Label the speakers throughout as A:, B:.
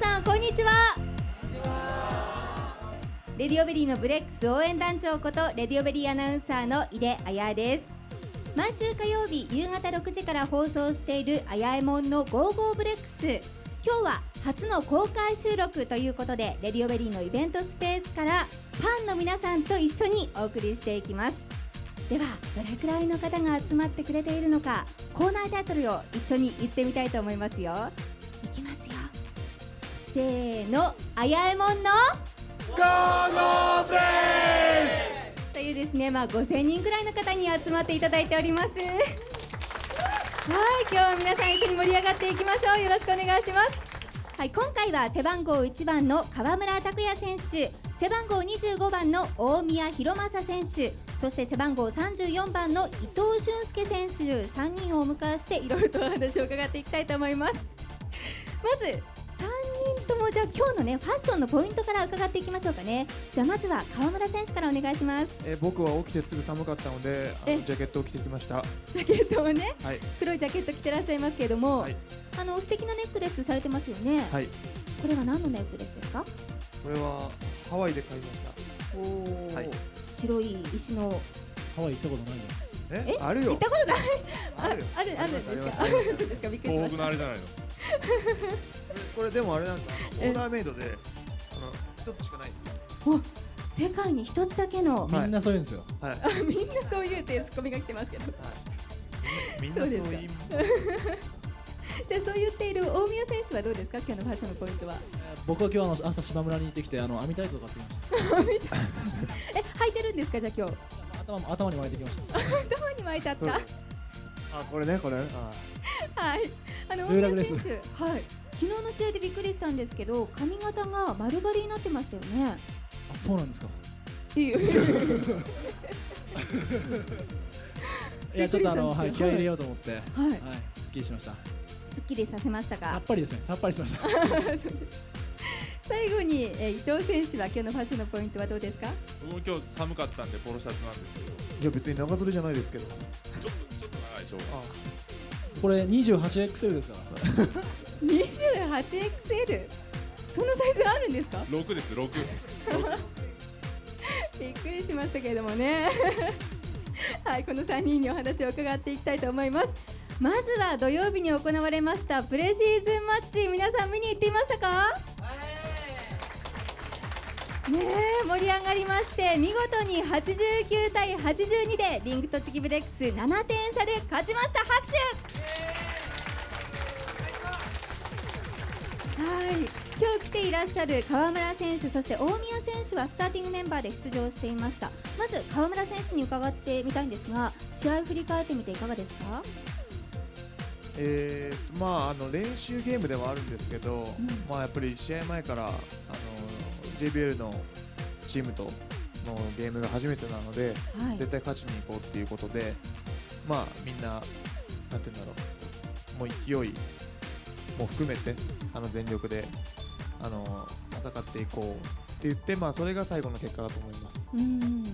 A: さんこんにちはレディオベリーのブレックス応援団長ことレディオベリーアナウンサーの井出彩です毎週火曜日夕方6時から放送している「あやえもんのゴーゴーブレックス」今日は初の公開収録ということでレディオベリーのイベントスペースからファンの皆さんと一緒にお送りしていきますではどれくらいの方が集まってくれているのかコーナータイトルを一緒に言ってみたいと思いますよいきますよせーの「あやえもんの」というですね、まあ、5000人ぐらいの方に集まっていただいております。はい、今日は皆さん一緒に盛り上がっていきましょう。よろしくお願いします。はい、今回は背番号1番の河村拓也選手、背番号25番の大宮弘正選手、そして背番号34番の伊藤俊介選手3人をお迎えしていろいろとお話を伺っていきたいと思います。まず3人ともじゃあ今日のねファッションのポイントから伺っていきましょうかね。じゃあまずは河村選手からお願いします。
B: えー僕は起きてすぐ寒かったのであの
A: え
B: ジャケットを着てきましたは
A: ジャケットをね、
B: い
A: 黒いジャケット着てらっしゃいますけれども、
B: はい
A: あの素敵なネックレスされてますよね。
B: はい
A: これは何のネックレスですか？
B: これはハワイで買いました
A: おお、
B: はい
A: 白い石の
C: ハワイ行ったことないよ。
B: え
A: え
B: ある
A: 行っ
B: よ
A: たことない。
B: あるよ
A: あるあるんで
B: あり
A: す
B: ます
A: か？あ
B: あり
A: る
B: ます
A: んですか？びっくりしま
D: 東
A: し
D: 北
A: た。
D: のあれじゃないの
B: これでもあれなんですあの
A: え
B: オーダーメイドであの一つしかないです
A: お、世界に一つだけの。
B: はい
C: みんなそういうんですよ。
B: はいはい
A: あ みんなそう言うっていうツッコミが来てますけど。
B: みんな
A: そ
B: そうう
A: で
B: い
A: す
B: う
A: か
B: 意味
A: じゃあそう言っている大宮選手はどうですか？今日のファッションのポイントは。
C: 僕は今日あの朝島村に行ってきてあの網タイツを買ってきまし
A: え、履いてるんですか？じゃあ今日。
C: た。頭も頭に巻いてきま した。
A: 頭に巻いちゃっ
B: そう
A: た
B: で。すあこれねこれあ
A: はい。あの
C: ルーラ
A: 大宮
C: グで
A: 選
C: す
A: 手、はい。昨日の試合でびっくりしたんですけど、髪型が丸刈りになってましたよね。
C: あそうなんですか。
A: いいよ。
C: いやちょっとあのは
A: びっ
C: い
A: くりしたんですよ
C: 気合い入れようと思って。はい
A: はい。
C: すっきりしました。
A: すっきりさせました
C: さ
A: か
C: っ。ぱりですね。さっぱりしました。
A: 最後に、えー伊藤選手は今日のファッションのポイントはどうですか。
D: 僕も今日寒かったんでポロシャツなんですけど
B: いや別に長袖じゃないですけど
D: ちょっとちょっと長いでしょう
B: あ
C: これ 28XL ですから。
A: 二十八 XL。そのサイズあるんですか。
D: 6です6
A: びっくりしましたけれどもね。 はい、この3人にお話を伺っていきたいと思います。まずは土曜日に行われましたプレシーズンマッチ、皆さん見に行っていましたか。ねえ盛り上がりまして見事に89対82でリングとチキブレックス7点差で勝ちました拍手はい今日来ていらっしゃる河村選手そして大宮選手はスターティングメンバーで出場していましたまず河村選手に伺ってみたいんですが試合を振り返ってみていかがですか、
B: えーとまああの練習ゲームではあるんですけど、
A: ん
B: まあやっぱり試合前からあの JBL のチームとのゲームが初めてなので、
A: はい、
B: 絶対勝ちに行こうっていうことで、まあみんな、なんて言うんだろう、もう勢いも含めて、あの全力であの戦っていこうって言って、まあ、それが最後の結果だと思います。
A: うん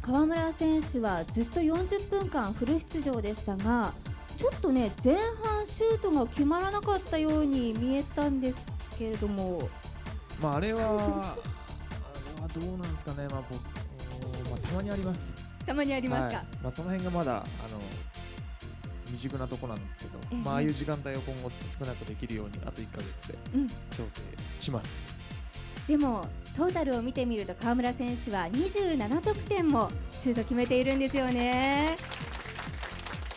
A: 河村選手はずっと40分間フル出場でしたがちょっとね前半シュートが決まらなかったように見えたんですけれども
B: まあ、あれ は、あれはどうなんですかね、まあ僕うんまあ、たまにあります。
A: たまにあり
B: はいまあ、その辺がまだあの未熟なとこなんですけど、
A: ええ
B: まあ、ああいう時間帯を今後少なくできるようにあと1ヶ月で
A: うん、
B: 調整します。
A: でもトータルを見てみると河村選手は27得点もシュート決めているんですよね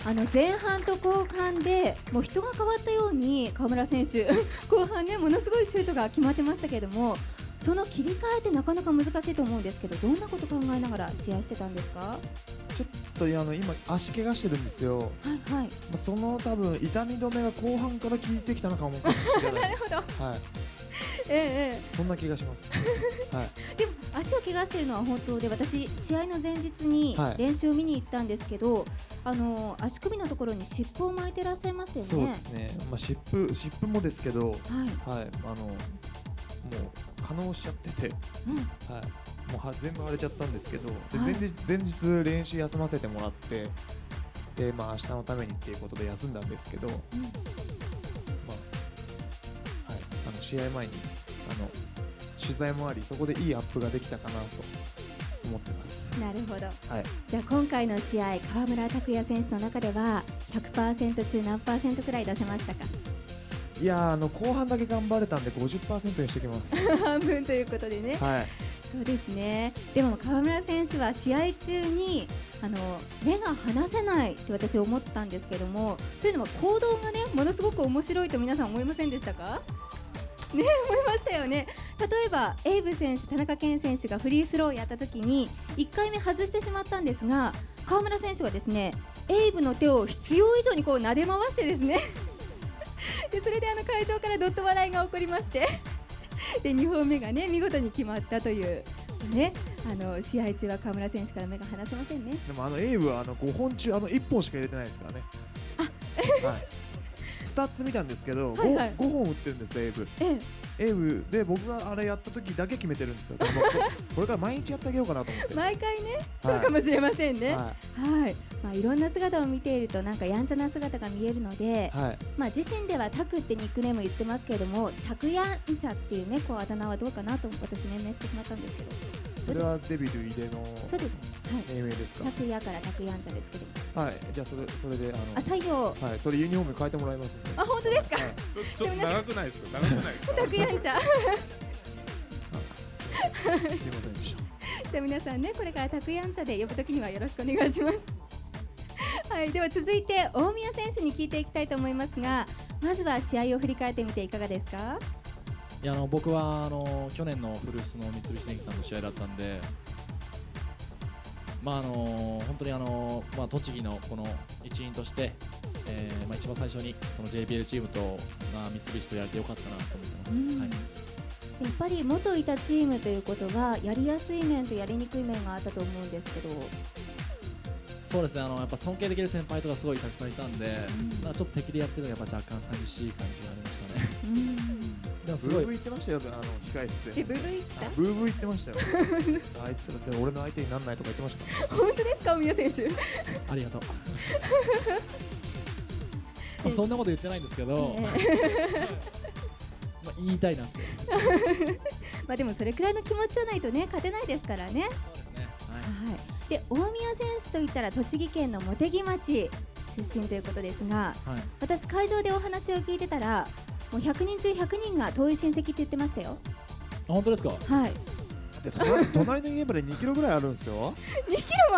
A: あの前半と後半でもう人が変わったように河村選手 後半ねものすごいシュートが決まってましたけれどもその切り替えってなかなか難しいと思うんですけどどんなこと考えながら試合してたんですかは
B: ちょっとあの今、足怪我してるんですよ、
A: いはい
B: まあその多分痛み止めが後半から効いてきたのかもしれない
A: なるほ
B: はい、
A: ええ
B: そんな気がし ます、はい、
A: でも足を怪我しているのは本当で私、試合の前日に
B: はい
A: 練習を見に行ったんですけど、あの足首のところに湿布を巻いてらっしゃいました
B: そう
A: よね
B: で。すね、まあ、湿布湿布もですけど、はい、
A: はい、
B: あのもう可能しちゃってて、
A: う
B: はい、もうは全部腫れちゃったんですけど、で
A: はい
B: 前日前日練習休ませてもらってで、まあ明日のためにっていうことで休んだんですけど、まあはい、あのし試合前にあの取材もありそこでいいアップができたかなと思ってます
A: なるほど
B: はい
A: じゃあ今回の試合河村拓哉選手の中では100%中何パーセントくらい出せましたか
B: いやーあの後半だけ頑張れたんで50%にしてきます
A: 半分ということでね、
B: はい
A: そうですねでも河村選手は試合中にあの目が離せないって私思ったんですけどもというのは行動がねものすごく面白いと皆さん思いませんでしたかね思いましたよね例えばエイブ選手田中健選手がフリースローをやった時に1回目外してしまったんですが河村選手はですねエイブの手を必要以上にこう撫で回してですね でそれであの会場からドット笑いが起こりましてで2本目がね見事に決まったというねあの試合中は河村選手から目が離せませんね
B: でもあのエイブはあの5本中あの1本しか入れてないですからねはいスタッツ見たんですけど、
A: はいはい
B: 5, 本打ってるんですよエイブ
A: ええ
B: エイブで僕があれやった時だけ決めてるんです よでもここれから毎日やってあげようかなと思って
A: 毎回ねそうかもしれませんねは、
B: はい
A: まあ、いろんな姿を見ているとなんかやんちゃな姿が見えるので、
B: い、はい、
A: まあ、自身ではタクってニックネーム言ってますけれどもタクやんちゃっていうねこうあだ名はどうかなと私命名してしまったんですけど
B: それはデビル井出の
A: そうですはい
B: 命名です
A: タクやからタクやんちゃですけれども
B: かはいじゃあそれそれで
A: あ
B: あ
A: 採用
B: のはいそれユニフォーム変えてもらいますんで
A: あ本当ですか
B: はい
D: ちょちょっと長くないですか長くないですか
A: タクやんちゃ
B: すいませんでした
A: じゃあ皆さんねこれからたくやん茶で呼ぶときにはよろしくお願いします はいでは続いて大宮選手に聞いていきたいと思いますがまずは試合を振り返ってみていかがですか
C: いやあの僕はあの去年の古巣の三菱電機さんの試合だったんで、まああの本当にあの、まあ、栃木のこの一員として、えーまあ、一番最初にその JBL チームと、まあ、三菱とやれてよかったなと思ってます、
A: うん
C: はい、
A: やっぱり元いたチームということはやりやすい面とやりにくい面があったと思うんですけど
C: そうですねあのやっぱ尊敬できる先輩とかすごいたくさんいたんで、
A: ん
C: まあちょっと敵でやってるのがやっぱ若干寂しい感じがありましたね
A: うん
C: でも
B: ブ
C: すご
B: ー
C: い
B: ブー言ってましたよあの控室
A: え
B: で
A: ブブいっ
B: あ
A: た
B: ブーブー言ってましたよ あいつら全部俺の相手になんないとか言ってましたからね
A: 本当ですか大宮選手
C: ありがとうまあそんなこと言ってないんですけど、ま
A: ええ
C: あ、言いたいなって
A: まあでもそれくらいの気持ちじゃないとね勝てないですからね
C: そうですね、はい
A: はい、で大宮選手といったら栃木県の茂木町出身ということですが
C: はい、
A: 私会場でお話を聞いてたらもう100人中100人が遠い親戚って言ってましたよ
C: 本当ですか
A: はい
B: だって隣隣の家まで2キロぐらいあるんですよ
A: も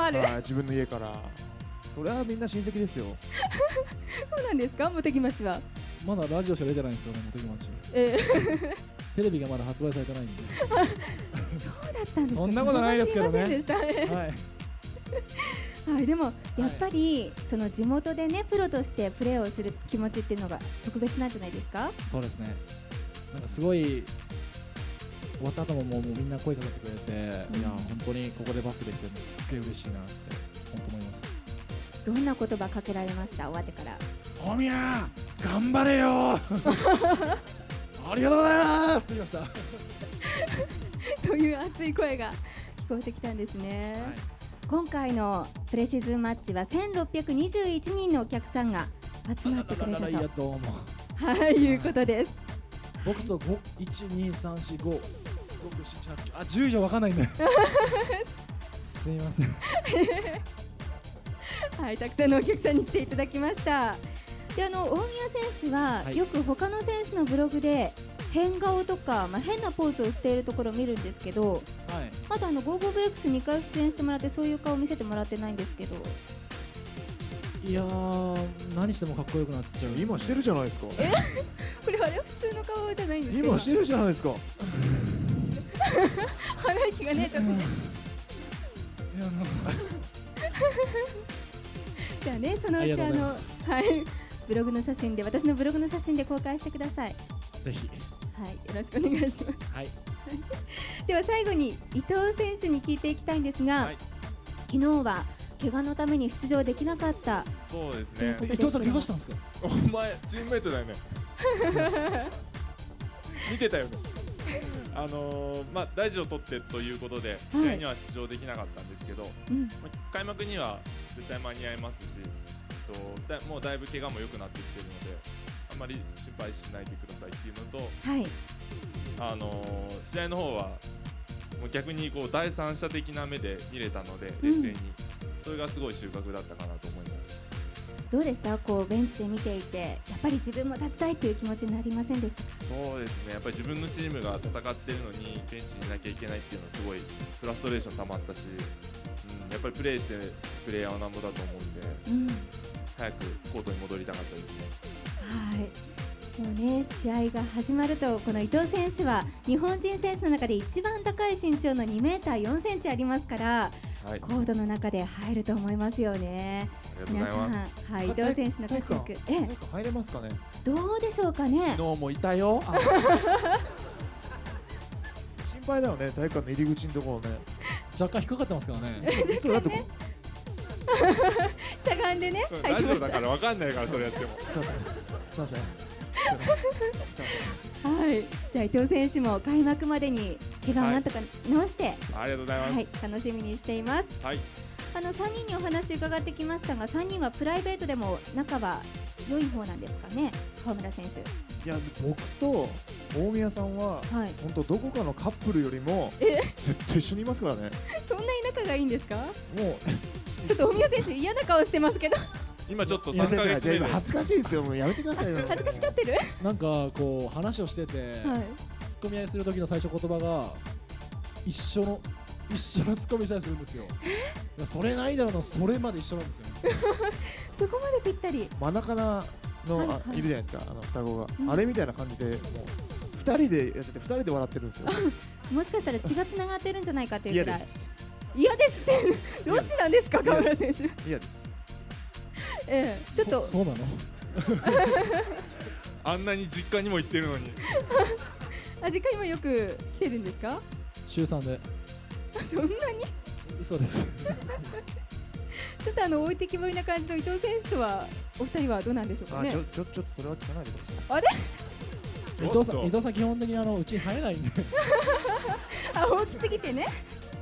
A: ある
B: はい自分の家からそれはみんな親戚ですよ
A: そうなんですか茂木町は
C: まだラジオしか出てないんですよね、茂木町。
A: ええ
C: テレビがまだ発売されてないんで。
A: そうだったんですか
C: そんなことないですけどね
A: 知りませんでした
C: はい。
A: はいでもやっぱりその地元でねプロとしてプレーをする気持ちっていうのが特別なんじゃないですか
C: そうですね。なんかすごい。終わった後ももうもうみんな声かけてくれて、
A: ん
C: いや本当にここでバスケできてるのすっげえ嬉しいなって本当思います。
A: どんな言葉かけられました終わってから
C: おみや頑張れよ ありがとうございますって言いました。はい。
A: そういう熱い声が聞こえてきたんですね、今回のプレシーズンマッチは1621人のお客さんが集まってくれた
C: あららららいや
A: と
C: どうも。
A: はいいうことです
C: 僕と五一二三四五六七八九あ十以上わかんないん だよ。すいません。
A: はい、たくさんのお客さんに来ていただきました。で、あの大宮選手は、
C: はい
A: よく他の選手のブログで。変顔とか、まあ、変なポーズをしているところを見るんですけど、
C: はい。
A: まだあのゴーゴーブレックス2回出演してもらって、そういう顔見せてもらってないんですけど。
C: いやー、何してもかっこよくなっちゃう。
B: 今してるじゃないですか
A: これあれ普通の顔じゃないんですけど。
B: 今してるじゃないですか
A: 鼻息がね、ちょっとね。
C: いや なんか
A: じゃあね、そのうちあ
C: ありがとうご
A: の、
C: ざいま
A: はい、ブログの写真で、私のブログの写真で公開してください。
C: ぜひ。
A: はい、よろしくお願いします。
C: はい。
A: では最後に伊藤選手に聞いていきたいんですが、
D: はい
A: 昨日は怪我のために出場できなかった
D: そうですね
A: え
C: 伊藤さん、怪我したんですか。
D: お前チームメイト だよね見てたよねあのーまあ大事を取ってということで
A: はい
D: 試合には出場できなかったんですけど、
A: うん
D: まあ開幕には絶対間に合いますしえっとだもうだいぶ怪我も良くなってきてるのでまり心配しないでくださいっていうのと、
A: はい
D: あのー試合の方はもう逆にこう第三者的な目で見れたので、冷静に、それがすごい収穫だったかなと思います。
A: どうでしたこうベンチで見ていてやっぱり自分も立ちたいっていう気持ちになりませんでしたか
D: そうですねやっぱり自分のチームが戦ってるのにベンチにいなきゃいけないっていうのはすごいフラストレーション溜まったし、うん、やっぱりプレーしてプレイヤーはなんぼだと思うんで
A: うん
D: 早くコートに戻りたかったですね。
A: はいもうね試合が始まるとこの伊藤選手は日本人選手の中で一番高い身長の2メーター4センチありますから
D: はい、あ
A: コートの中で入ると思いますよね
D: りが
A: 皆
D: とうござい
A: さん
D: ます。
A: はい伊藤選手の活躍ええ
B: なんか入れますかね
A: どうでしょうかね
C: 昨日もいたよ
B: 心配だよね体育館の入り口のとこ ろね
C: 若干引っかかってますけど ね
B: いつだってこ
A: しゃがんでね
D: うん
A: 入
D: ラ
A: り
D: ジ
A: ま
D: オ
A: した
D: だからわかんないからそれやっても。
B: そうだねすいません
A: はい、じゃあ伊藤選手も開幕までに怪我をなんとか直して、は
D: ありがとうございま
A: い
D: す。
A: 楽しみにしています
D: はい、
A: あの3人にお話伺ってきましたが3人はプライベートでも仲は良い方なんですかね川村選手
B: いや僕と大宮さんは
A: はい
B: 本当どこかのカップルよりも絶対一緒にいますからね
A: そんなに仲がいいんですか
B: もう
A: ちょっと大宮選手嫌な顔してますけど
D: 今ちょっと
B: いや
D: 三
B: じゃ
D: ヶ
B: あじゃあ
D: 月
B: じゃあ
D: 目で
B: 今恥ずかしいですよもうやめてくださいよ
A: 恥ずかしがってる、
C: なんかこう話をしてて、
A: はい、
C: ツッコミ合いする時の最初言葉が一緒の一緒のツッコミしたりするんですよいやそれないだろうなそれまで一緒なんですよ
A: そこまでぴったり
B: マナカナの、
A: はい
B: あ
A: はい
B: いるじゃないですかあの双子が、
A: うん
B: あれみたいな感じでもう2人でやっちゃって2人で笑ってるんですよ
A: もしかしたら血がつながってるんじゃないかという
B: 嫌
A: く
B: で
A: らい
B: す
A: 嫌ですってどっちなんですか川村選手、
B: 嫌です
A: ええ、ちょっと
C: そそうなの
D: あんなに実家にも行ってるのに。
A: 味会もよく来てるんですか
C: 週3で
A: そんなに
C: 嘘です
A: ちょっとあの置いてきぼりな感じの伊藤選手とはお二人はどうなんでしょうか
B: あ
A: ね
B: ちょちょちょっとそれは聞かないでください
C: 伊藤さ
D: ちょっ
C: ん
D: と
C: 伊藤さん基本的にあのうちに入れないんで引っ
A: あ大きすぎてね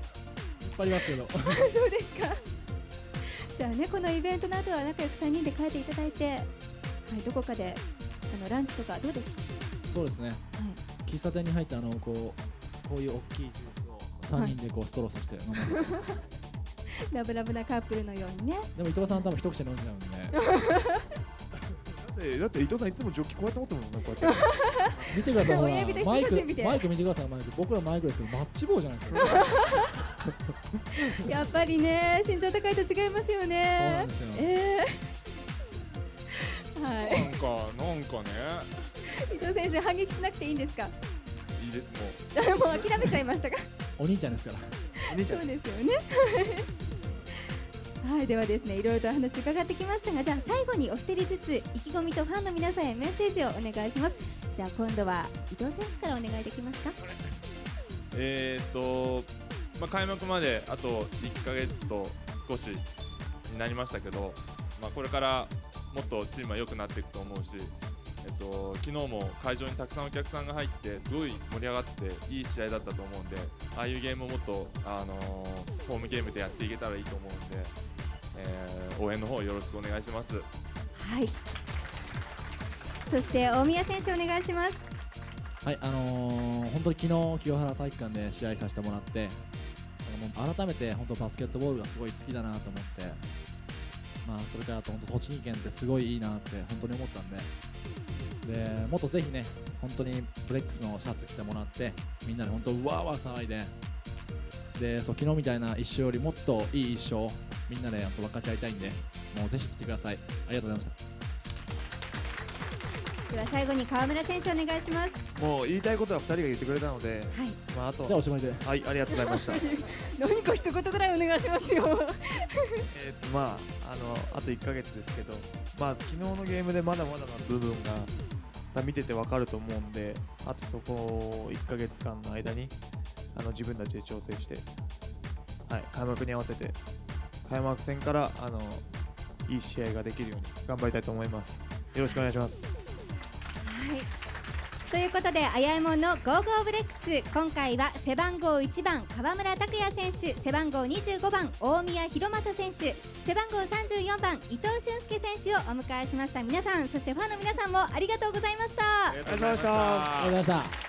C: 張りますけど
A: そうですかじゃあねこのイベントの後は仲良く3人で帰っていただいて、はい、どこかであのランチとかどうですか、
C: そうですね
A: はい、
C: 喫茶店に入ってあのこうこういう大きいジュースを3人でこうストローさせて飲む、
A: ラブラブなカップルのよう にね
C: でも伊藤さん多分一口で飲んじゃうん で
B: だってだって伊藤さんいつもジョッキこうやって持ってますもんねこうやって
C: 見てくださいほら
A: 親指で人
C: マイ
A: 差し指
C: ク
A: で
C: マイク見てくださいマイク僕らマイクですけどマッチ棒じゃないですかそう
A: やっぱりね身長高いと違いますよ
C: な
A: ね
C: んですよ
A: ええはい
D: なんかなんかね。
A: 伊藤選手反撃しなくていいんですか も
D: いいですもう。
A: う諦めちゃいましたか
C: お兄ちゃんですから
B: 兄ち
A: そ
B: ゃ
A: うんですよね。はい、ではですね、いろいろとお話伺ってきましたが、じゃあ最後にお一人ずつ意気込みとファンの皆さんへメッセージをお願いします。じゃあ今度は伊藤選手からお願いできますか。
D: えーっと、まあ、開幕まであと1ヶ月と少しになりましたけど、まあ、これからもっとチームは良くなっていくと思うし、えっと、昨日も会場にたくさんお客さんが入ってすごい盛り上がってていい試合だったと思うんでああいうゲームをもっと、あのーホームゲームでやっていけたらいいと思うんで、えー応援の方よろしくお願いします。
A: はい。そして大宮選手お願いします。
C: はいあのー本当に昨日清原体育館で試合させてもらってあのもう改めて本当バスケットボールがすごい好きだなと思ってまあそれからあと本当栃木県ってすごいいいなって本当に思ったんででもっとぜひね本当にブレックスのシャツ着てもらってみんなで本当うわーわー騒いででそう昨日みたいな一生よりもっといい一生みんなで本当分かち合いたいんでもうぜひ来てくださいありがとうございました
A: では最後に川村選手お願いします。
B: もう言いたいことは2人が言ってくれたので、
A: はい。
B: まあ、あと
C: じゃあおしまいで
B: はいありがとうございました
A: 何か一言ぐらいお願いしますよ。
B: えーっとまああのあと1ヶ月ですけどまあ昨日のゲームでまだまだな部分がまあ見ててわかると思うんであとそこ1ヶ月間の間にあの自分たちで調整して、はい、開幕に合わせて開幕戦からあのいい試合ができるように頑張りたいと思いますよろしくお願いします
A: はい。ということで、あやえもんのゴーゴーブレックス、今回は背番号1番、河村拓也選手、背番号25番、大宮弘正選手、背番号34番、伊藤俊介選手をお迎えしました皆さん、そしてファンの皆さんもありがとうございました。
D: あ
E: あ
D: りが
E: りがとうございました
C: ありがとうございました